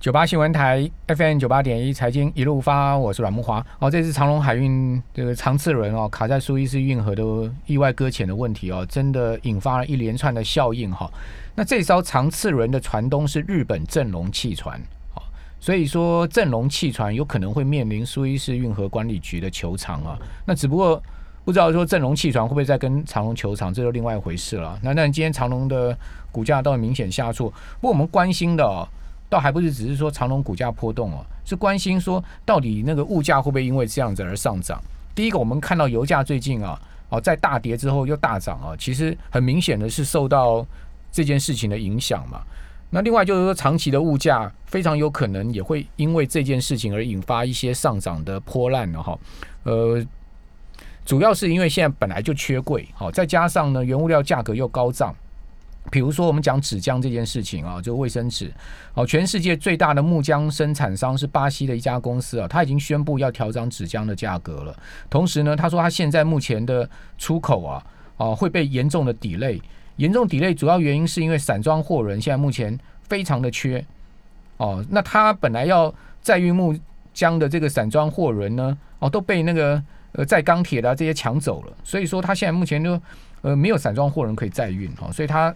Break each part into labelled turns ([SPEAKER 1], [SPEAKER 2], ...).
[SPEAKER 1] 九八新闻台 FM 九八点一财经一路发，我是阮木华。哦，这次长隆海运这个长次轮哦卡在苏伊士运河的意外搁浅的问题哦，真的引发了一连串的效应哈、那这艘长次轮的船东是日本正隆汽船，哦，所以说正隆汽船有可能会面临苏伊士运河管理局的求偿啊。那只不过不知道说正隆汽船会不会再跟长隆球场，这就另外一回事了。那那今天长隆的股价倒明显下挫，不过我们关心的哦，倒还不是只是说长隆股价波动哦，是关心说到底那个物价会不会因为这样子而上涨。第一个，我们看到油价最近啊，哦在大跌之后又大涨啊，其实很明显的是受到这件事情的影响嘛。那另外就是说，长期的物价非常有可能也会因为这件事情而引发一些上涨的波澜了、哈。呃，主要是因为现在本来就缺柜，好、再加上呢原物料价格又高涨。比如说，我们讲纸浆这件事情啊，就卫生纸，哦，全世界最大的木浆生产商是巴西的一家公司啊，它已经宣布要调整纸浆的价格了。同时呢，他说他现在目前的出口啊，哦、会被严重的抵累，严重抵累主要原因是因为散装货轮现在目前非常的缺，哦，那他本来要载运木浆的这个散装货轮呢，哦，都被那个呃载钢铁的、啊、这些抢走了，所以说他现在目前就呃没有散装货轮可以载运哦，所以他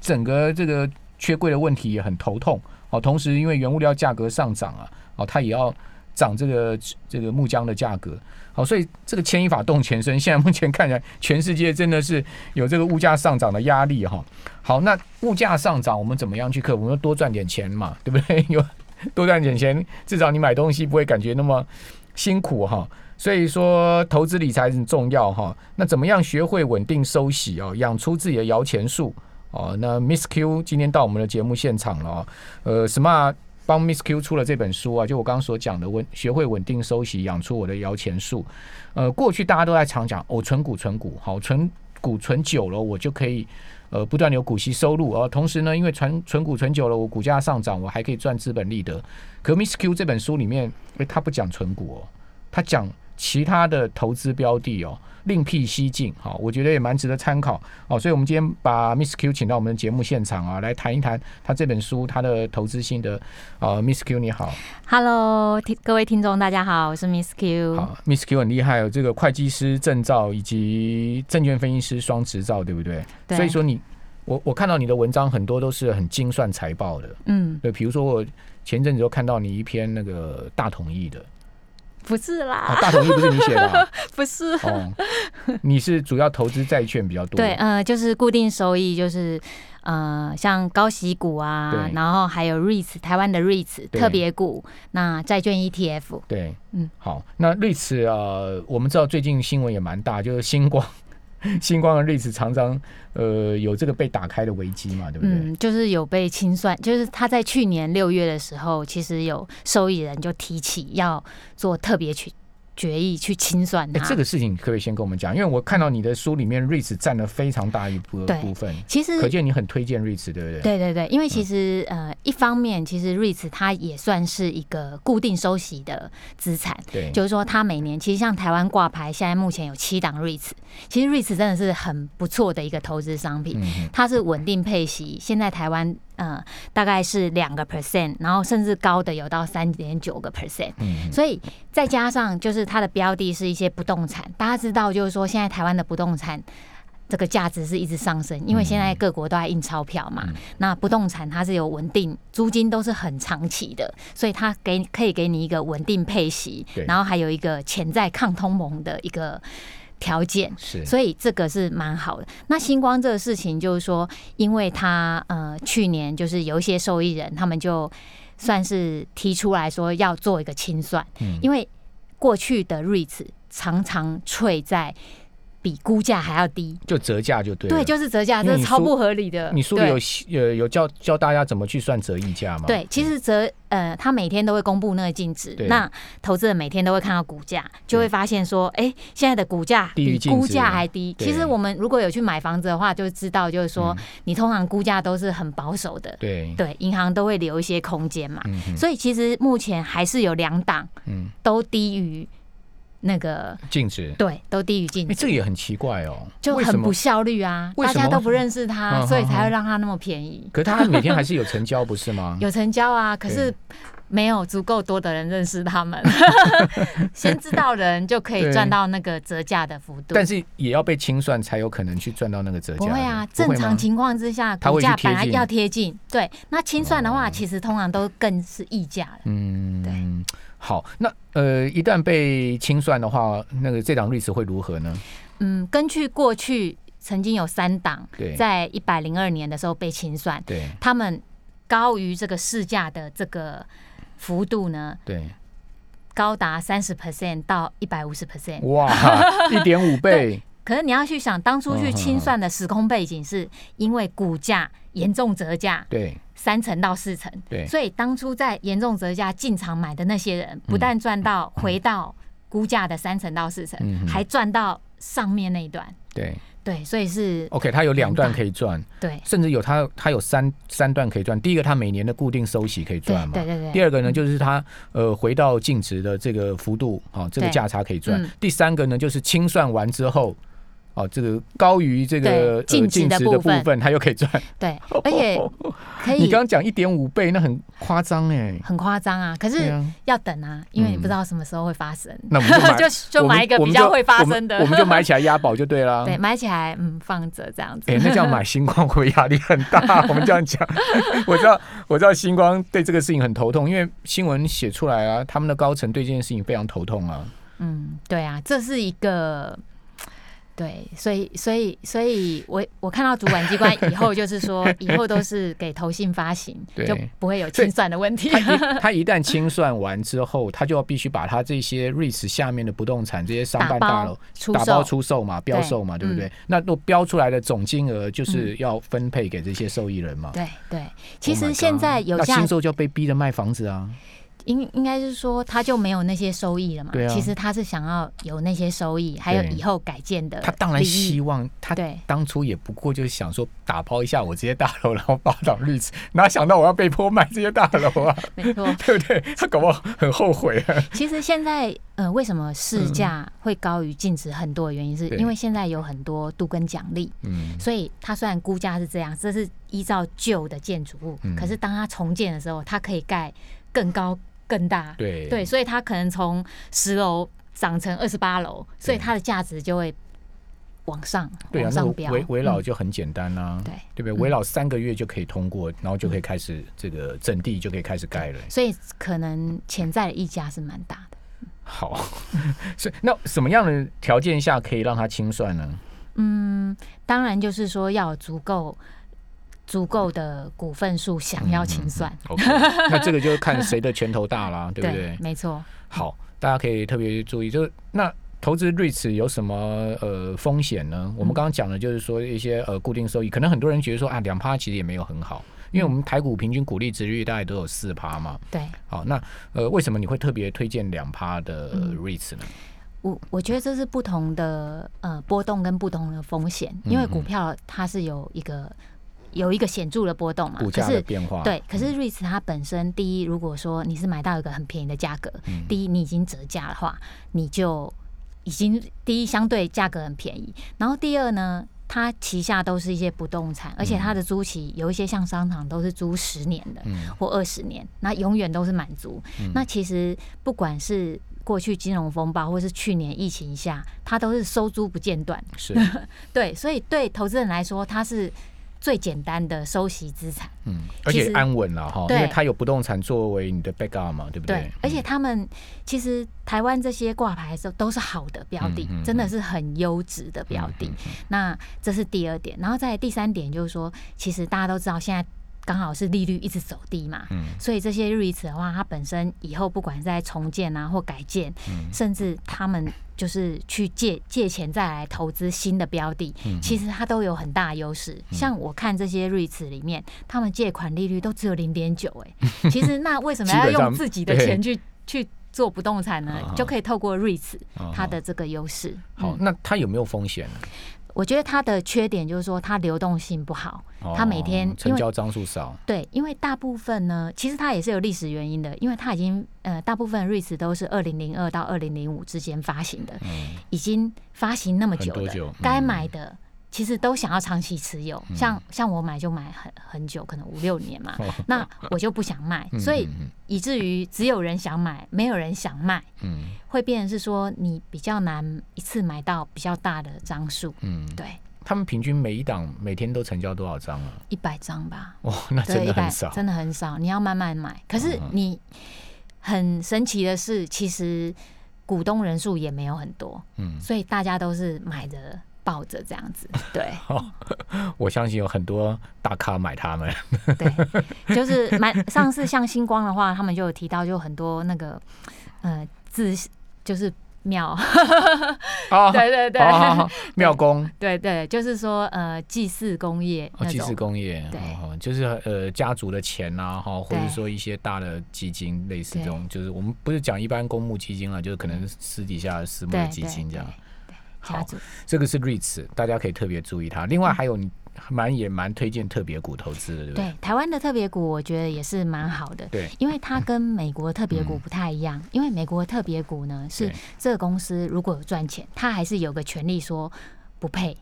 [SPEAKER 1] 整个这个缺柜的问题也很头痛哦。同时，因为原物料价格上涨啊，哦，它也要涨这个这个木浆的价格。好、所以这个牵一发动全身，现在目前看起来，全世界真的是有这个物价上涨的压力哈、好，那物价上涨，我们怎么样去克服？我们多赚点钱嘛， 对不对？有多赚点钱，至少你买东西不会感觉那么辛苦哈、所以说，投资理财很重要哈、那怎么样学会稳定收息哦，养出自己的摇钱树？哦，那 Miss Q 今天到我们的节目现场了哦。呃，Smart 帮 Miss Q 出了这本书啊，就我刚刚所讲的稳学会稳定收息，养出我的摇钱树。呃，过去大家都在常讲哦，存股存股，好存股存久了，我就可以呃不断地有股息收入啊。同时呢，因为存存股存久了，我股价上涨，我还可以赚资本利得。可 Miss Q 这本书里面，诶他不讲存股哦，他讲其他的投资标的哦，另辟蹊径，好、我觉得也蛮值得参考哦。所以，我们今天把 Miss Q 请到我们的节目现场啊，来谈一谈他这本书他的投资心得。呃，Miss Q 你好，
[SPEAKER 2] Hello，听各位听众，大家好，我是 Miss Q。
[SPEAKER 1] 好，Miss Q 很厉害哦，这个会计师证照以及证券分析师双执照，对不对？
[SPEAKER 2] 对
[SPEAKER 1] 所以说你，我我看到你的文章很多都是很精算财报的，
[SPEAKER 2] 嗯，
[SPEAKER 1] 对，比如说我前阵子就看到你一篇那个大统一的，
[SPEAKER 2] 不是
[SPEAKER 1] 啊
[SPEAKER 2] 啦，，
[SPEAKER 1] 大统一不是你写的、 啊。
[SPEAKER 2] 不是，
[SPEAKER 1] 哦，你是主要投资债券比较多，
[SPEAKER 2] 对，呃，就是固定收益，就是呃，像高息股啊
[SPEAKER 1] 对，
[SPEAKER 2] 然后还有 REITs，台湾的 REITs
[SPEAKER 1] 对
[SPEAKER 2] 特别股，那债券 E ETF，
[SPEAKER 1] 对，
[SPEAKER 2] 嗯，
[SPEAKER 1] 好，那瑞慈呃，我们知道最近新闻也蛮大，就是星光， 星光和瑞慈常常呃有这个被打开的危机嘛，对不对？
[SPEAKER 2] 嗯，就是有被清算，就是他在去年六月的时候，其实有受益人就提起要做特别去决议去清算
[SPEAKER 1] 哎、
[SPEAKER 2] 它。
[SPEAKER 1] 这个事情可不可以先跟我们讲？因为我看到你的书里面瑞慈占了非常大一部
[SPEAKER 2] 对
[SPEAKER 1] 部分，
[SPEAKER 2] 其实
[SPEAKER 1] 可见你很推荐瑞慈，对不对？
[SPEAKER 2] 对对对，因为其实、呃，一方面其实 REITs 它也算是一个固定收息的资产，
[SPEAKER 1] 对
[SPEAKER 2] 就是说它每年其实像台湾挂牌，现在目前有七档 REITs，其实 REITs 真的是很不错的一个投资商品。
[SPEAKER 1] 嗯哼
[SPEAKER 2] 它是稳定配息，现在台湾呃大概是两个 percent，然后甚至高的有到三点九个 percent，
[SPEAKER 1] 嗯
[SPEAKER 2] 所以再加上就是它的标的是一些不动产，大家知道就是说现在台湾的不动产。这个价值是一直上升，因为现在各国都在印钞票嘛。
[SPEAKER 1] 嗯
[SPEAKER 2] 那不动产它是有稳定，租金都是很长期的，所以它给可以给你一个稳定配息
[SPEAKER 1] 对，
[SPEAKER 2] 然后还有一个潜在抗通膨的一个条件。
[SPEAKER 1] 是，
[SPEAKER 2] 所以这个是蛮好的。那星光这个事情，就是说，因为他呃去年就是有一些受益人，他们就算是提出来说要做一个清算，
[SPEAKER 1] 嗯
[SPEAKER 2] 因为过去的 REITs 常常脆在比估价还要低，
[SPEAKER 1] 就折价就对了。
[SPEAKER 2] 对，就是折价，
[SPEAKER 1] 因为
[SPEAKER 2] 这
[SPEAKER 1] 你
[SPEAKER 2] 超
[SPEAKER 1] 书
[SPEAKER 2] 不合理的。
[SPEAKER 1] 你书里
[SPEAKER 2] 对
[SPEAKER 1] 有呃有教教大家怎么去算折溢价吗？
[SPEAKER 2] 对，其实则呃，他每天都会公布那个净值
[SPEAKER 1] 对，
[SPEAKER 2] 那投资人每天都会看到股价，就会发现说，哎、现在的股价
[SPEAKER 1] 低于
[SPEAKER 2] 比
[SPEAKER 1] 净值啊
[SPEAKER 2] 估价还低。
[SPEAKER 1] 对嗯
[SPEAKER 2] 其实我们如果有去买房子的话，就知道就是说，你通常估价都是很保守的，
[SPEAKER 1] 对，
[SPEAKER 2] 对，银行都会留一些空间嘛。
[SPEAKER 1] 嗯嗯哼
[SPEAKER 2] 所以其实目前还是有两档
[SPEAKER 1] 嗯，
[SPEAKER 2] 都低于那个
[SPEAKER 1] 禁止。
[SPEAKER 2] 对都低于禁
[SPEAKER 1] 哎，
[SPEAKER 2] 止，
[SPEAKER 1] 这个也很奇怪哦，
[SPEAKER 2] 就
[SPEAKER 1] 为什
[SPEAKER 2] 很
[SPEAKER 1] 么
[SPEAKER 2] 不？效率啊！
[SPEAKER 1] 为
[SPEAKER 2] 大
[SPEAKER 1] 什么
[SPEAKER 2] 家都不认识他，
[SPEAKER 1] 嗯
[SPEAKER 2] 所以
[SPEAKER 1] 嗯
[SPEAKER 2] 才会
[SPEAKER 1] 嗯
[SPEAKER 2] 让他那么便宜，
[SPEAKER 1] 可是他每天还是有成交，不是吗？
[SPEAKER 2] 有成交啊，可
[SPEAKER 1] 对
[SPEAKER 2] 是。没有足够多的人认识 他们，先知道人就可以
[SPEAKER 1] 对
[SPEAKER 2] 赚到那个折价的幅度。
[SPEAKER 1] 但是也要被清算才有可能去赚到那个折价
[SPEAKER 2] 不
[SPEAKER 1] 的。
[SPEAKER 2] 会啊，
[SPEAKER 1] 不
[SPEAKER 2] 正
[SPEAKER 1] 会
[SPEAKER 2] 常
[SPEAKER 1] 吗
[SPEAKER 2] 情况之下，
[SPEAKER 1] 它
[SPEAKER 2] 股
[SPEAKER 1] 会去
[SPEAKER 2] 价
[SPEAKER 1] 贴
[SPEAKER 2] 本来
[SPEAKER 1] 近
[SPEAKER 2] 要贴近，对。那清算的话，
[SPEAKER 1] 哦
[SPEAKER 2] 其实通常都更是溢价了。
[SPEAKER 1] 嗯，好，那呃，一旦被清算的话，那个这档 REITs 会如何呢？
[SPEAKER 2] 嗯，根据过去曾经有三档
[SPEAKER 1] 对
[SPEAKER 2] 在一百零二年的时候被清算，
[SPEAKER 1] 对
[SPEAKER 2] 他们高于这个市价的这个幅度呢，
[SPEAKER 1] 对，
[SPEAKER 2] 高达三十 percent 到一百五十 percent。
[SPEAKER 1] 哇，一点五倍，
[SPEAKER 2] 可是你要去想，当
[SPEAKER 1] 嗯
[SPEAKER 2] 初去清算的时空背景是因为股价严重折价
[SPEAKER 1] 对
[SPEAKER 2] 三成到四成，
[SPEAKER 1] 对
[SPEAKER 2] 所以当初在严重折价进场买的那些人，
[SPEAKER 1] 嗯
[SPEAKER 2] 不但赚到回到估价的三成到四成，
[SPEAKER 1] 嗯哼
[SPEAKER 2] 还赚到上面那一段。
[SPEAKER 1] 对
[SPEAKER 2] 对，所以是
[SPEAKER 1] ，OK，它有两段可以赚，
[SPEAKER 2] 对
[SPEAKER 1] 甚至有它它有三三段可以赚。第一个，它每年的固定收息可以
[SPEAKER 2] 对
[SPEAKER 1] 赚嘛
[SPEAKER 2] 对。对
[SPEAKER 1] 第
[SPEAKER 2] 对，
[SPEAKER 1] 二个呢，就是它呃回到净值的这个幅度，好、这个
[SPEAKER 2] 对
[SPEAKER 1] 价差可以赚
[SPEAKER 2] 嗯。
[SPEAKER 1] 第三个呢，就是清算完之后，哦，这个高于这个
[SPEAKER 2] 对
[SPEAKER 1] 呃
[SPEAKER 2] 净值
[SPEAKER 1] 净
[SPEAKER 2] 的
[SPEAKER 1] 值的
[SPEAKER 2] 部
[SPEAKER 1] 部
[SPEAKER 2] 分
[SPEAKER 1] 分，它又可以赚。
[SPEAKER 2] 对，而且可
[SPEAKER 1] 哦你
[SPEAKER 2] 以
[SPEAKER 1] 刚刚讲一点五倍，那很夸张哎。
[SPEAKER 2] 很夸张啊，可
[SPEAKER 1] 对
[SPEAKER 2] 是
[SPEAKER 1] 啊，
[SPEAKER 2] 要等啊，因为你
[SPEAKER 1] 嗯
[SPEAKER 2] 不知道什么时候会发生，
[SPEAKER 1] 那我们就 买
[SPEAKER 2] 就就买一个
[SPEAKER 1] 我们我们
[SPEAKER 2] 比较
[SPEAKER 1] 就
[SPEAKER 2] 会发生的
[SPEAKER 1] 我们，我们就买起来押宝就对 啦。
[SPEAKER 2] 对，买起来嗯放着这样子
[SPEAKER 1] 哎、。那这样买星光会压力很大。我们这样讲， 我知道，我知道星光对这个事情很头痛，因为新闻写出来啊，他们的高层对这件事情非常头痛啊。
[SPEAKER 2] 嗯，对啊，这是一个。对，所以所以所以我我看到主管机关以后，就是说以后都是给投信发行，
[SPEAKER 1] 对
[SPEAKER 2] 就不会有清算的问题。
[SPEAKER 1] 他一他一旦清算完之后，他就要必须把他这些 REITs 下面的不动产这些商办大楼
[SPEAKER 2] 包出
[SPEAKER 1] 打包
[SPEAKER 2] 售，
[SPEAKER 1] 出售嘛，标售嘛，对
[SPEAKER 2] 对嗯
[SPEAKER 1] 不对？那都标出来的总金额就是要分配给这些受益人嘛。
[SPEAKER 2] 对对。其
[SPEAKER 1] Oh my
[SPEAKER 2] 实
[SPEAKER 1] God
[SPEAKER 2] 现在有
[SPEAKER 1] 那
[SPEAKER 2] 价
[SPEAKER 1] 新，售就要被逼着卖房子啊。
[SPEAKER 2] 应应该是说他就没有那些收益了嘛。
[SPEAKER 1] 对啊
[SPEAKER 2] 其实他是想要有那些收益，还有
[SPEAKER 1] 对
[SPEAKER 2] 以后改建的利益。
[SPEAKER 1] 他当然希望他
[SPEAKER 2] 对
[SPEAKER 1] 当初也不过就是想说打包一下我这些大楼，然后发档 REITs，哪想到我要被迫卖这些大楼啊，
[SPEAKER 2] 没错。
[SPEAKER 1] 对不对？他搞不好很后悔、 啊。
[SPEAKER 2] 其实现在，呃，为什么市价会高于净值很多的原因，是
[SPEAKER 1] 嗯对
[SPEAKER 2] 因为现在有很多都跟奖励，
[SPEAKER 1] 嗯，
[SPEAKER 2] 所以它虽然估价是这样，这是依照旧的建筑物，
[SPEAKER 1] 嗯
[SPEAKER 2] 可是当它重建的时候，它可以盖更高、更大，
[SPEAKER 1] 对
[SPEAKER 2] 所以它可能从十楼涨成二十八楼，所以它的价值就会往上，
[SPEAKER 1] 对啊
[SPEAKER 2] 往，
[SPEAKER 1] 那
[SPEAKER 2] 上飙。
[SPEAKER 1] 围围老
[SPEAKER 2] 嗯
[SPEAKER 1] 就很简单啦、啊
[SPEAKER 2] 对。嗯
[SPEAKER 1] 对不对？围绕三个月就可以通过，然后就可以开始这个整地就可以开始盖了。
[SPEAKER 2] 所以可能潜在的溢价是蛮大的。
[SPEAKER 1] 好， 所以那什么样的条件下可以让它清算 呢？
[SPEAKER 2] 嗯，当然就是说要有足够足够的股份数想要清算，
[SPEAKER 1] OK，那哦这个就看谁的拳头大啦，对不对？
[SPEAKER 2] 没错。
[SPEAKER 1] 好，大家可以特别注意，就是那投资 REITs 有什么呃风险呢？我们刚刚讲的就是说一些呃固定收益，可能很多人觉得说啊，两趴其实也没有很好，因为我们台股平均股利值率大概都有四趴嘛。
[SPEAKER 2] 对
[SPEAKER 1] 好，那呃为什么你会特别推荐两趴的
[SPEAKER 2] 嗯
[SPEAKER 1] REITs 呢？
[SPEAKER 2] 我，我觉得这是不同的呃波动跟不同的风险，
[SPEAKER 1] 嗯
[SPEAKER 2] 因为股票它是有一个有一个显著的波动嘛，
[SPEAKER 1] 股
[SPEAKER 2] 可
[SPEAKER 1] 价的
[SPEAKER 2] 是。
[SPEAKER 1] 变化，
[SPEAKER 2] 对，嗯可是瑞 i 它本身，第一，如果说你是买到一个很便宜的价格，
[SPEAKER 1] 嗯
[SPEAKER 2] 第一你已经折价的话，你就已经第一相对价格很便宜，然后第二呢，它旗下都是一些不动产，而且它的租期有一些像商场都是租十年的，
[SPEAKER 1] 嗯
[SPEAKER 2] 或二十年，那永远都是满足。那其实不管是过去金融风暴，或是去年疫情下，它都是收租不间断。
[SPEAKER 1] 是，
[SPEAKER 2] 对，所以对投资人来说，它是最简单的收息资产。
[SPEAKER 1] 嗯，而
[SPEAKER 2] 其
[SPEAKER 1] 且
[SPEAKER 2] 实
[SPEAKER 1] 安稳了哈，因
[SPEAKER 2] 对
[SPEAKER 1] 为它有不动产作为你的 backup 嘛，对不嗯
[SPEAKER 2] 对，而且他们其实台湾这些挂牌的时候都是好的标的，
[SPEAKER 1] 嗯嗯嗯嗯
[SPEAKER 2] 真的是很优质的标的。那这是第二点，然后再来第三点就是说，其实大家都知道现在刚好是利率一直走低嘛，
[SPEAKER 1] 嗯
[SPEAKER 2] 所以这些日 e 的话，它本身以后不管是在重建啊或改建，
[SPEAKER 1] 嗯
[SPEAKER 2] 甚至他们就是去借借钱再来投资新的标的，
[SPEAKER 1] 嗯
[SPEAKER 2] 其实它都有很大的优势。像我看这些日 e 里面，他们借款利率都只有零点九， 哎，其实那为什么要
[SPEAKER 1] 基本上
[SPEAKER 2] 用自己的
[SPEAKER 1] 对
[SPEAKER 2] 钱去去做不动产呢
[SPEAKER 1] 啊？
[SPEAKER 2] 就可以透过 REITs
[SPEAKER 1] 啊
[SPEAKER 2] 它的这个优势。
[SPEAKER 1] 好，
[SPEAKER 2] 嗯
[SPEAKER 1] 那它有没有风险呢？
[SPEAKER 2] 我觉得它的缺点就是说它流动性不好，它每天
[SPEAKER 1] 哦
[SPEAKER 2] 因
[SPEAKER 1] 成
[SPEAKER 2] 为
[SPEAKER 1] 交张数少，
[SPEAKER 2] 对，因为大部分呢，其实它也是有历史原因的，因为它已经呃，大部分 REITs 都是二零零二到二零零五之间发行的，
[SPEAKER 1] 嗯，
[SPEAKER 2] 已经发行那么久
[SPEAKER 1] 很多
[SPEAKER 2] 的，
[SPEAKER 1] 久嗯嗯
[SPEAKER 2] 该买的其实都想要长期持有，像像我买就买很很久，可能五六 年嘛，那我就不想卖，
[SPEAKER 1] 嗯
[SPEAKER 2] 所以
[SPEAKER 1] 嗯
[SPEAKER 2] 以至于只有人想买，没有人想卖，
[SPEAKER 1] 嗯
[SPEAKER 2] 会变成是说你比较难一次买到比较大的张数，
[SPEAKER 1] 嗯，嗯
[SPEAKER 2] 对，
[SPEAKER 1] 他们平均每一档每天都成交多少张啊？
[SPEAKER 2] 一百张吧，
[SPEAKER 1] 哇，那啊真
[SPEAKER 2] 对，一
[SPEAKER 1] 的
[SPEAKER 2] 百
[SPEAKER 1] 很少，嗯
[SPEAKER 2] 真的很少，你要慢慢买。可是你很神奇的是，其实股东人数也没有很多，
[SPEAKER 1] 嗯，
[SPEAKER 2] 所以大家都是买着抱着这样 子，对
[SPEAKER 1] 我相信有很多大咖买他 们，
[SPEAKER 2] 对，就是买。上次像星光的话，他们就有提到，就很多那个呃自就是 庙，
[SPEAKER 1] 啊，
[SPEAKER 2] 对对 对、
[SPEAKER 1] 好好好妙工。
[SPEAKER 2] 对对，就是说呃祭祀工业
[SPEAKER 1] 哦，
[SPEAKER 2] 那
[SPEAKER 1] 祭
[SPEAKER 2] 种，
[SPEAKER 1] 祀工业，
[SPEAKER 2] 对
[SPEAKER 1] 哦，就是呃家族的钱呐、啊，哈，或者
[SPEAKER 2] 对
[SPEAKER 1] 说一些大的基金，类似
[SPEAKER 2] 对
[SPEAKER 1] 这种，就是我们不是讲一般公募基金啊，就是可能私底下私募的
[SPEAKER 2] 对
[SPEAKER 1] 基
[SPEAKER 2] 对
[SPEAKER 1] 金这样。
[SPEAKER 2] 对对
[SPEAKER 1] 好
[SPEAKER 2] 家族
[SPEAKER 1] 这个是 REITs，大家可以特别注意它。另外还有，你蛮也蛮推荐特别股投资的，对不对？
[SPEAKER 2] 嗯对台湾的特别股，我觉得也是蛮好的。
[SPEAKER 1] 对
[SPEAKER 2] 因为它跟美国特别股不太一样，因为美国特别股呢是
[SPEAKER 1] 嗯对
[SPEAKER 2] 这个公司如果有赚钱，它还是有个权利说不配。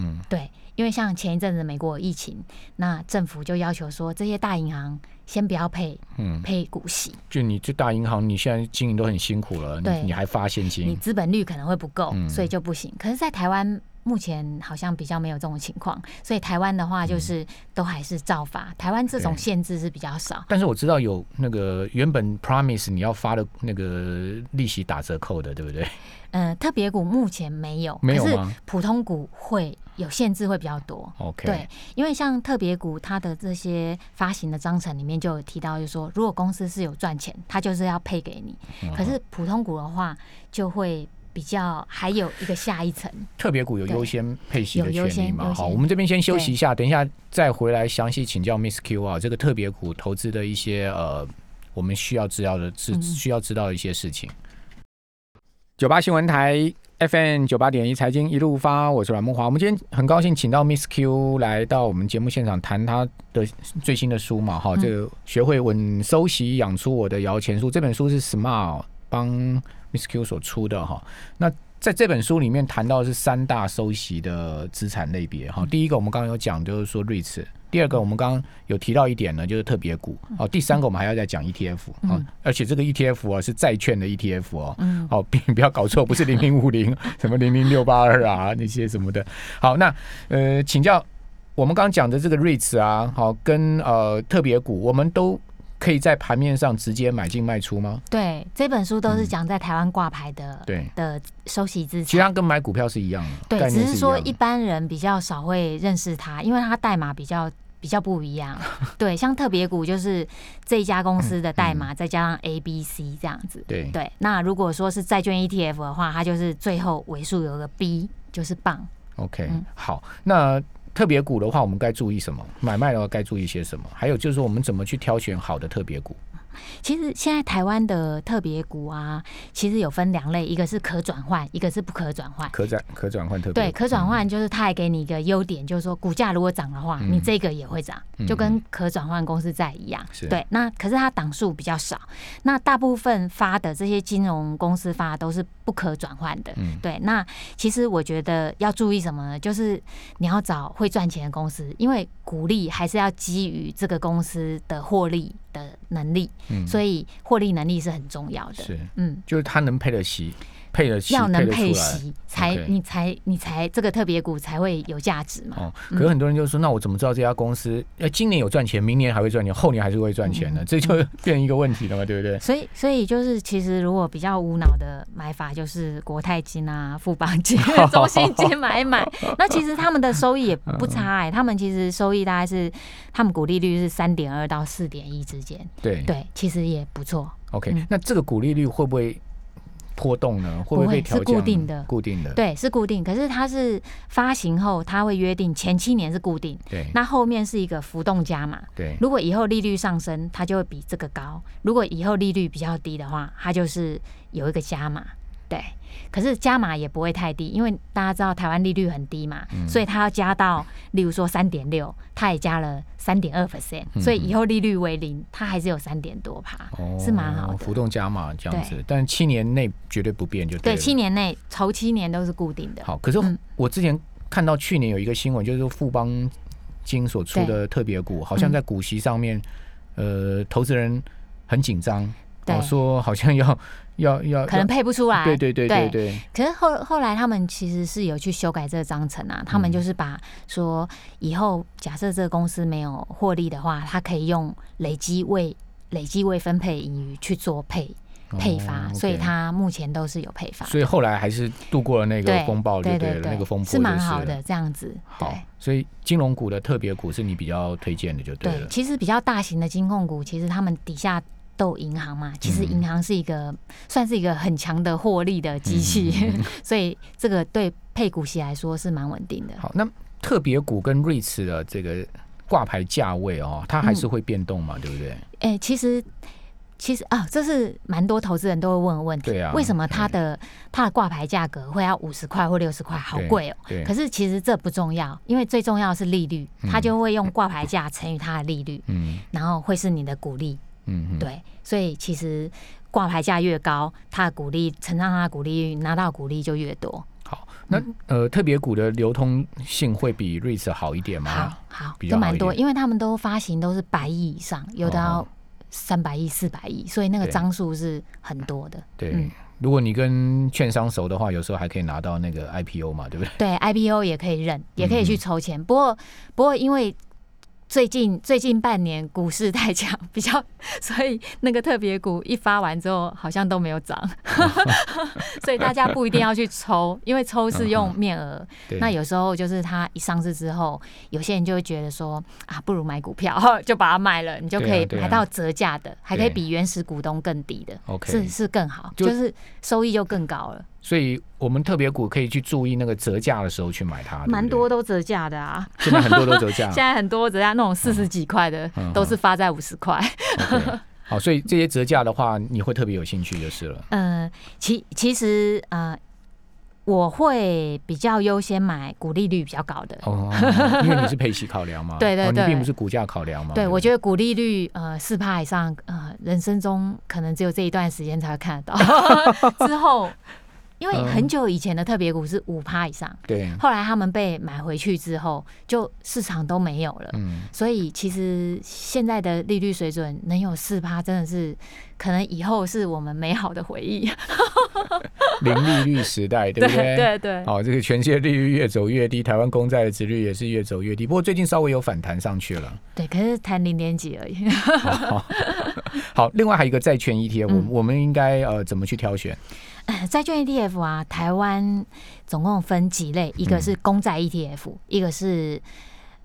[SPEAKER 1] 嗯，
[SPEAKER 2] 对，因为像前一阵子美国有疫情，那政府就要求说这些大银行先不要配，
[SPEAKER 1] 嗯
[SPEAKER 2] 配股息，
[SPEAKER 1] 就你这大银行，你现在经营都很辛苦了，
[SPEAKER 2] 对
[SPEAKER 1] 你你还发现
[SPEAKER 2] 你
[SPEAKER 1] 金，
[SPEAKER 2] 资本率可能会不够，
[SPEAKER 1] 嗯
[SPEAKER 2] 所以就不行。可是，在台湾目前好像比较没有这种情况，所以台湾的话就是都还是照法，台湾这种
[SPEAKER 1] 嗯对
[SPEAKER 2] 限制是比较少。
[SPEAKER 1] 但是我知道有那个原本 promise 你要发的那个利息打折扣的，对不对？
[SPEAKER 2] 嗯，特别股目前没有，
[SPEAKER 1] 没有
[SPEAKER 2] 可是
[SPEAKER 1] 吗
[SPEAKER 2] 普通股会有限制，会比较多。
[SPEAKER 1] ？OK，
[SPEAKER 2] 对，因为像特别股，它的这些发行的章程里面就有提到，就是说，如果公司是有赚钱，它就是要配给你。
[SPEAKER 1] 嗯
[SPEAKER 2] 可是普通股的话，就会比较还有一个下一层。
[SPEAKER 1] 特别股有
[SPEAKER 2] 对
[SPEAKER 1] 优先配息的
[SPEAKER 2] 有优
[SPEAKER 1] 权利
[SPEAKER 2] 先
[SPEAKER 1] 嘛？
[SPEAKER 2] 优
[SPEAKER 1] 好，
[SPEAKER 2] 先
[SPEAKER 1] 我们这边先休息一下，等一下再回来详细请教 Miss Q 啊，这个特别股投资的一些呃，我们需要知道的是
[SPEAKER 2] 嗯
[SPEAKER 1] 需要知道的一些事情。九八新闻台 FM 九八点一财经一路发，我是阮木华。我们今天很高兴请到 Miss Q 来到我们节目现场谈她的最新的书嘛，哈，
[SPEAKER 2] 嗯
[SPEAKER 1] 这个学会稳收息养出我的摇钱树这本书是 Smart 帮 Miss Q 所出的哈。那在这本书里面谈到的是三大收息的资产类别
[SPEAKER 2] 嗯
[SPEAKER 1] 哈，第一个我们刚刚有讲就是说 REITs，第二个我们刚刚有提到一点呢就是特别股哦，第三个我们还要再讲 ETF 啊
[SPEAKER 2] 嗯，
[SPEAKER 1] 而且这个 ETF 啊是债券的 ETF 哦，
[SPEAKER 2] 嗯，
[SPEAKER 1] 哦，别 不要搞错，不是零零五零，什么零零六八二啊那些什么的。好，那呃，请教我们刚刚讲的这个 REITs 啊，好、跟呃特别股，我们都可以在盘面上直接买进卖出吗？
[SPEAKER 2] 对，这本书都是
[SPEAKER 1] 嗯
[SPEAKER 2] 讲在台湾挂牌的、
[SPEAKER 1] 对，
[SPEAKER 2] 的收息资
[SPEAKER 1] 其实
[SPEAKER 2] 产。
[SPEAKER 1] 它跟买股票是一样的，概
[SPEAKER 2] 呃对，
[SPEAKER 1] 念
[SPEAKER 2] 只
[SPEAKER 1] 是
[SPEAKER 2] 是说
[SPEAKER 1] 样的
[SPEAKER 2] 一般人比较少会认识它，因为它代码比较比较不 一样。对，像特别股就是这一家公司的代
[SPEAKER 1] 嗯
[SPEAKER 2] 码，再加上 A、B、C 这样子。
[SPEAKER 1] 对
[SPEAKER 2] 对，那如果说是债券 ETF 的话，它就是最后尾数有个 B，就是棒。
[SPEAKER 1] OK，、
[SPEAKER 2] 嗯
[SPEAKER 1] 好，那。特别股的话，我们该注意什么？买卖的话该注意些什么？还有就是说，我们怎么去挑选好的特别股？
[SPEAKER 2] 其实现在台湾的特别股啊，其实有分两类，一个是可转换，一个是不可转换。
[SPEAKER 1] 可转可转换特别
[SPEAKER 2] 对，
[SPEAKER 1] 股
[SPEAKER 2] 可转换就是它还给你一个优点，就是说股价如果涨的话，
[SPEAKER 1] 嗯
[SPEAKER 2] 你这个也会涨，就跟可转换公司债一样
[SPEAKER 1] 是。
[SPEAKER 2] 对，那可是它档数比较少，那大部分发的这些金融公司发的都是不可转换的。
[SPEAKER 1] 嗯
[SPEAKER 2] 对，那其实我觉得要注意什么呢？就是你要找会赚钱的公司，因为股利还是要基于这个公司的获利的能力，
[SPEAKER 1] 嗯
[SPEAKER 2] 所以获利能力是很重要的。
[SPEAKER 1] 是
[SPEAKER 2] 嗯，
[SPEAKER 1] 就是它能配得息，配得息，
[SPEAKER 2] 要能
[SPEAKER 1] 得
[SPEAKER 2] 配
[SPEAKER 1] 出来
[SPEAKER 2] 息，才
[SPEAKER 1] OK
[SPEAKER 2] 你才你才这个特别股才会有价值嘛。
[SPEAKER 1] 哦，可是很多人就说，那我怎么知道这家公司呃今年有赚钱，明年还会赚钱，后年还是会赚钱
[SPEAKER 2] 嗯
[SPEAKER 1] 呢？这就变成一个问题了嘛，对不对？
[SPEAKER 2] 所以，所以就是，其实如果比较无脑的买法，就是国泰金啊、 富邦 金、中信金买一买，那其实他们的收益也不
[SPEAKER 1] 嗯
[SPEAKER 2] 差哎、他们其实收益大概是，他们股利率是三点二到四点一之间，
[SPEAKER 1] 对
[SPEAKER 2] 对，其实也不错。
[SPEAKER 1] ，OK，、
[SPEAKER 2] 嗯
[SPEAKER 1] 那这个股利率会不会波动呢？会
[SPEAKER 2] 会
[SPEAKER 1] 被调
[SPEAKER 2] 是
[SPEAKER 1] 降？
[SPEAKER 2] 固定的
[SPEAKER 1] 固定的，
[SPEAKER 2] 对，是固定，可是它是发行后，它会约定前七年是固定，
[SPEAKER 1] 对
[SPEAKER 2] 那后面是一个浮动加码，
[SPEAKER 1] 对
[SPEAKER 2] 如果以后利率上升，它就会比这个高；如果以后利率比较低的话，它就是有一个加码。对，可是加码也不会太低，因为大家知道台湾利率很低嘛，
[SPEAKER 1] 嗯
[SPEAKER 2] 所以它要加到，例如说三点六，它也加了三点二 percent，所以以后利率为零，它还是有三点多趴，是蛮好
[SPEAKER 1] 嗯哦
[SPEAKER 2] 的
[SPEAKER 1] 浮。动加码这样子，但七年内绝对不变就对
[SPEAKER 2] 对，
[SPEAKER 1] 了。
[SPEAKER 2] 七年嗯内头七年都是固定的。
[SPEAKER 1] 好，可是我之前看到去年有一个新闻，就是富邦金所出的特别股，好像在股息上面，呃，投资人很紧张，
[SPEAKER 2] 嗯对
[SPEAKER 1] 哦，说好像要要要，
[SPEAKER 2] 可能
[SPEAKER 1] 要
[SPEAKER 2] 配不出来，啊
[SPEAKER 1] 对对对对对，
[SPEAKER 2] 可是后后来他们其实是有去修改这个章程啊，他
[SPEAKER 1] 嗯
[SPEAKER 2] 们就是把说以后假设这个公司没有获利的话，它可以用累积未累积未分配盈余去做配配发，
[SPEAKER 1] 哦
[SPEAKER 2] 所以
[SPEAKER 1] OK
[SPEAKER 2] 它目前都是有配发。
[SPEAKER 1] 所以后来还是度过了那个
[SPEAKER 2] 对
[SPEAKER 1] 风暴，就
[SPEAKER 2] 对
[SPEAKER 1] 对
[SPEAKER 2] 对
[SPEAKER 1] 了，
[SPEAKER 2] 对，
[SPEAKER 1] 那个风波
[SPEAKER 2] 是蛮
[SPEAKER 1] 就是
[SPEAKER 2] 好
[SPEAKER 1] 了
[SPEAKER 2] 的，这样子。
[SPEAKER 1] 好
[SPEAKER 2] 对，
[SPEAKER 1] 所以金融股的特别股是你比较推荐的，就对
[SPEAKER 2] 对，
[SPEAKER 1] 了。
[SPEAKER 2] 其实比较大型的金控股，其实他们底下。都有银行
[SPEAKER 1] 嗯
[SPEAKER 2] 嘛，其实银行是一个、算是一个很强的获利的机器，
[SPEAKER 1] 嗯
[SPEAKER 2] 所以这个对配股息来说是蛮稳定的。
[SPEAKER 1] 好，那特别股跟 REITs 的这个挂牌价位哦，它还是会变动嘛，对不对？
[SPEAKER 2] 哎、其实其实啊，这是蛮多投资人都会问的问题。
[SPEAKER 1] 对啊
[SPEAKER 2] 为什么它的它的挂牌价格会要五十块或六十块，好贵哦？
[SPEAKER 1] 对
[SPEAKER 2] 可，是其实这不重要，因为最重要的是利率，它就会用挂牌价乘以它的利率，
[SPEAKER 1] 嗯
[SPEAKER 2] 然后会是你的股利。
[SPEAKER 1] 嗯嗯，
[SPEAKER 2] 对，所以其实挂牌价越高，它的股利乘上它的股利，拿到股利就越多。
[SPEAKER 1] 好，那
[SPEAKER 2] 嗯
[SPEAKER 1] 呃，特别股的流通性会比 REITs 好一点吗？
[SPEAKER 2] 好好
[SPEAKER 1] 啊比，较
[SPEAKER 2] 都
[SPEAKER 1] 好
[SPEAKER 2] 蛮
[SPEAKER 1] 一
[SPEAKER 2] 多，
[SPEAKER 1] 点
[SPEAKER 2] 因为他们都发行都是百亿以上，有的
[SPEAKER 1] 哦
[SPEAKER 2] 要三百亿、四百亿，所以那个
[SPEAKER 1] 对
[SPEAKER 2] 张数是很多的。
[SPEAKER 1] 对。
[SPEAKER 2] 嗯
[SPEAKER 1] 如果你跟券商熟的话，有时候还可以拿到那个 IPO 嘛， 对不对？
[SPEAKER 2] 对，IPO 也可以
[SPEAKER 1] 嗯
[SPEAKER 2] 认，也可以去筹钱。不过，不过因为最近最近半年股市太强， 比较所以那个特别股一发完之后，好像都没有涨， 所以大家不一定要去抽，因为抽是用面额。
[SPEAKER 1] 嗯对，
[SPEAKER 2] 那有时候就是它一上市之后，有些人就会觉得说啊，不如买股票 就把它卖了，你就可
[SPEAKER 1] 对啊
[SPEAKER 2] 以
[SPEAKER 1] 对啊
[SPEAKER 2] 买到折价的，还可以
[SPEAKER 1] 对
[SPEAKER 2] 比原始股东更低的。
[SPEAKER 1] OK
[SPEAKER 2] 是是更好，
[SPEAKER 1] 就
[SPEAKER 2] 就是收益就更高了，
[SPEAKER 1] 所以我们特别股可以去注意那个折价的时候去买啊它，对不对
[SPEAKER 2] 蛮多，都折价的啊。
[SPEAKER 1] 现在很多都折价
[SPEAKER 2] 现。在很多人家那种四十几块的
[SPEAKER 1] 嗯嗯，
[SPEAKER 2] 都是发在五十 块。
[SPEAKER 1] OK 好，所以这些折价的话，你会特别有兴趣就是了。
[SPEAKER 2] 呃，其其实呃，我会比较优先买股利率比较高的。
[SPEAKER 1] 哦，因为你是配息考量嘛，
[SPEAKER 2] 对对
[SPEAKER 1] 哦你
[SPEAKER 2] 对
[SPEAKER 1] 并不是股价考量嘛。
[SPEAKER 2] 对，我
[SPEAKER 1] 得
[SPEAKER 2] 觉得股利率呃四趴以上，呃，人生中可能只有这一段时间才会看得到。 之后，因为
[SPEAKER 1] 嗯
[SPEAKER 2] 很久以前的特别股是五趴以上，
[SPEAKER 1] 对，
[SPEAKER 2] 后来他们被买回去之后，就市场都没有了。
[SPEAKER 1] 嗯，
[SPEAKER 2] 所以其实现在的利率水准能有四趴，真的是可能以后是我们美好的回忆。
[SPEAKER 1] 零利率时代，对不对？
[SPEAKER 2] 对对，
[SPEAKER 1] 好、这个全世界利率越走越低，台湾公债的值率也是越走越低。不过最近稍微有反弹上去 了。哦
[SPEAKER 2] 对，可是谈零点几而已。
[SPEAKER 1] 好，另外还有一个债券 ETF，、
[SPEAKER 2] 嗯
[SPEAKER 1] 我我们应该呃怎么去挑选？
[SPEAKER 2] 债券 ETF 啊，台湾总共分几类，一
[SPEAKER 1] 嗯
[SPEAKER 2] 个是公债 ETF，、一个是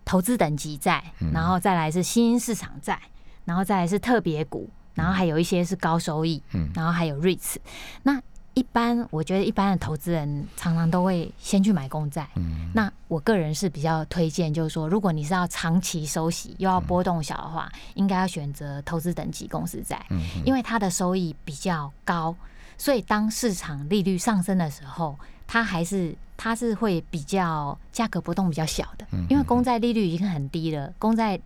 [SPEAKER 2] 投资等级债，
[SPEAKER 1] 嗯
[SPEAKER 2] 然后再来是新兴市场债，然后再来是特别股，然后还有一些是高收益，
[SPEAKER 1] 嗯
[SPEAKER 2] 然后还有 REITs。那一般我觉得一般的投资人常常都会先去买公债，
[SPEAKER 1] 嗯
[SPEAKER 2] 那我个人是比较推荐，就是说，如果你是要长期收息又要
[SPEAKER 1] 嗯
[SPEAKER 2] 波动小的话，应该要选择投资等级公司债，
[SPEAKER 1] 嗯
[SPEAKER 2] 因为它的收益比较高，所以当市场利率上升的时候，它还是它是会比较价格波动比较小的，
[SPEAKER 1] 嗯
[SPEAKER 2] 因为公债利率已经很低了，公债。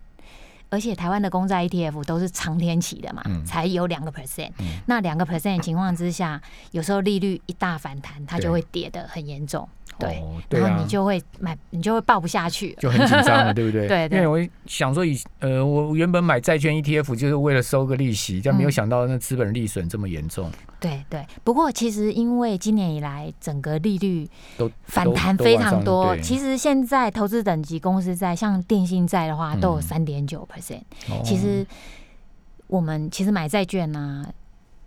[SPEAKER 2] 而且台湾的公债 ETF 都是长天期的嘛，
[SPEAKER 1] 嗯
[SPEAKER 2] 才有两个 percent。那两个 percent 的情况之下，有时候利率一大反弹，它
[SPEAKER 1] 对
[SPEAKER 2] 就会跌得很严重。对，
[SPEAKER 1] 哦、对
[SPEAKER 2] 然
[SPEAKER 1] 啊
[SPEAKER 2] 后你。就会买，你就会抱不下去了。
[SPEAKER 1] 就很紧张了，对不对？
[SPEAKER 2] 对对
[SPEAKER 1] 因为我想说以，呃，我原本买债券 ETF 就是为了收个利息，但没有
[SPEAKER 2] 嗯
[SPEAKER 1] 想到那资本利损这么严重，
[SPEAKER 2] 对对，不过其实因为今年以来整个利率
[SPEAKER 1] 都
[SPEAKER 2] 反弹非常多，
[SPEAKER 1] 实
[SPEAKER 2] 其实现在投资等级公司债，像电信债的话，都有
[SPEAKER 1] 嗯
[SPEAKER 2] 三点九 percent。其
[SPEAKER 1] 哦
[SPEAKER 2] 实我们其实买债券呢、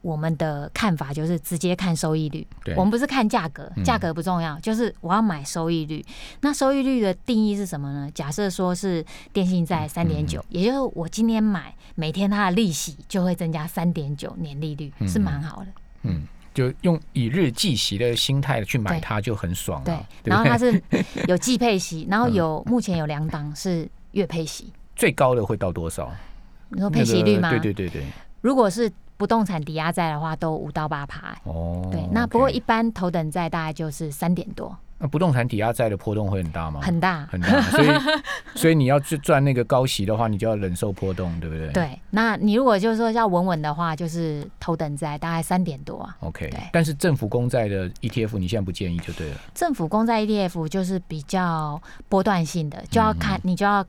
[SPEAKER 2] 我们的看法就是直接看收益率，
[SPEAKER 1] 对
[SPEAKER 2] 我们不是看价格
[SPEAKER 1] 嗯，
[SPEAKER 2] 价格不重要，就是我要买收益率。那收益率的定义是什么呢？假设说是电信债
[SPEAKER 1] 嗯
[SPEAKER 2] 三点九，也就是我今天买，每天它的利息就会增加三点九年利率，是蛮好的。
[SPEAKER 1] 嗯，就用以日计息的心态去买
[SPEAKER 2] 对
[SPEAKER 1] 它就很爽
[SPEAKER 2] 对
[SPEAKER 1] 啊。，对嗯
[SPEAKER 2] 然
[SPEAKER 1] 不
[SPEAKER 2] 后它
[SPEAKER 1] 对？
[SPEAKER 2] 是有季配息，然后有目前有两档是月配息。
[SPEAKER 1] 最高的会到多少？
[SPEAKER 2] 哦你说配息率吗？
[SPEAKER 1] 那个对对对对，
[SPEAKER 2] 如果是不动产抵押债的话，都五到八趴。
[SPEAKER 1] 哦，
[SPEAKER 2] 对，那不过
[SPEAKER 1] OK
[SPEAKER 2] 一般头等债大概就是三点多，
[SPEAKER 1] 那不动产抵押债的波动会很大吗？
[SPEAKER 2] 很大。
[SPEAKER 1] 很 大，所以所以你要去赚那个高息的话，你就要忍受波动，对不对？
[SPEAKER 2] 对，那你如果就是说要稳稳的话，就是头等债大概三点多啊。
[SPEAKER 1] ，OK
[SPEAKER 2] 对。
[SPEAKER 1] 但是政府公债的 ETF 你现在不建议就对了，
[SPEAKER 2] 政府公债 ETF 就是比较波段性的，就
[SPEAKER 1] 嗯
[SPEAKER 2] 要看你就要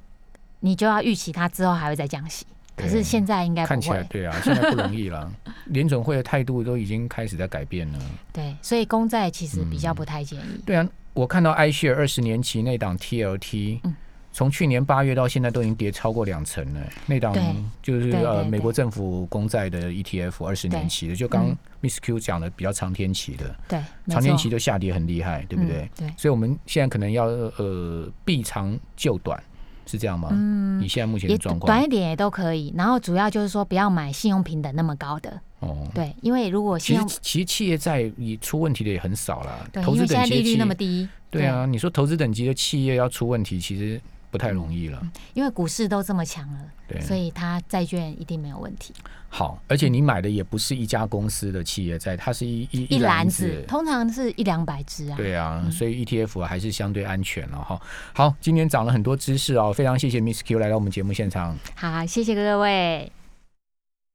[SPEAKER 2] 你就要预期它之后还会再降息。可
[SPEAKER 1] 对
[SPEAKER 2] 是现在应该
[SPEAKER 1] 看
[SPEAKER 2] 不
[SPEAKER 1] 起来
[SPEAKER 2] 会，
[SPEAKER 1] 对啊，现在不容易了，联总会的态度都已经开始在改变了。
[SPEAKER 2] 对，所以公债其实比较不太建议。
[SPEAKER 1] 对啊，我看到 iShare 二十年期那档 TLT，、
[SPEAKER 2] 嗯
[SPEAKER 1] 从去年八月到现在都已经跌超过两成了。那档
[SPEAKER 2] 对
[SPEAKER 1] 就是
[SPEAKER 2] 对对
[SPEAKER 1] 呃
[SPEAKER 2] 对
[SPEAKER 1] 美国政府公债的 ETF 二十年期的，就刚 Miss Q 讲的比较长天期的，
[SPEAKER 2] 对，没
[SPEAKER 1] 长天
[SPEAKER 2] 错
[SPEAKER 1] 期的下跌很厉害，对不对？
[SPEAKER 2] 嗯对。
[SPEAKER 1] 所以我们现在可能要呃避长就短，是这样吗？嗯，你现在目前的
[SPEAKER 2] 也
[SPEAKER 1] 状
[SPEAKER 2] 短
[SPEAKER 1] 况
[SPEAKER 2] 一点也都可以，然后主要就是说不要买信用平等那么高的，
[SPEAKER 1] 哦。
[SPEAKER 2] 对，因为如果
[SPEAKER 1] 其
[SPEAKER 2] 信
[SPEAKER 1] 实
[SPEAKER 2] 用，
[SPEAKER 1] 其实企业债你出问题的也很少啦，
[SPEAKER 2] 对，
[SPEAKER 1] 投
[SPEAKER 2] 因
[SPEAKER 1] 资
[SPEAKER 2] 为现
[SPEAKER 1] 等
[SPEAKER 2] 在
[SPEAKER 1] 级
[SPEAKER 2] 利
[SPEAKER 1] 的企
[SPEAKER 2] 率那么
[SPEAKER 1] 业，
[SPEAKER 2] 低，
[SPEAKER 1] 对啊，你说投资等级的企业要出问题，其实不太容易了。
[SPEAKER 2] 对，因为股市都这么强了，
[SPEAKER 1] 对，
[SPEAKER 2] 所以它债券一定没有问题。
[SPEAKER 1] 好，而且你买的也不是一家公司的企业债，它是一一
[SPEAKER 2] 一篮
[SPEAKER 1] 篮
[SPEAKER 2] 子通常是一两百只啊，
[SPEAKER 1] 对啊，所以 ETF 还是相对安全了哈。好，今天涨了很多知识哦，非常谢谢 Miss Q 来到我们节目现场。
[SPEAKER 2] 好，谢谢各位。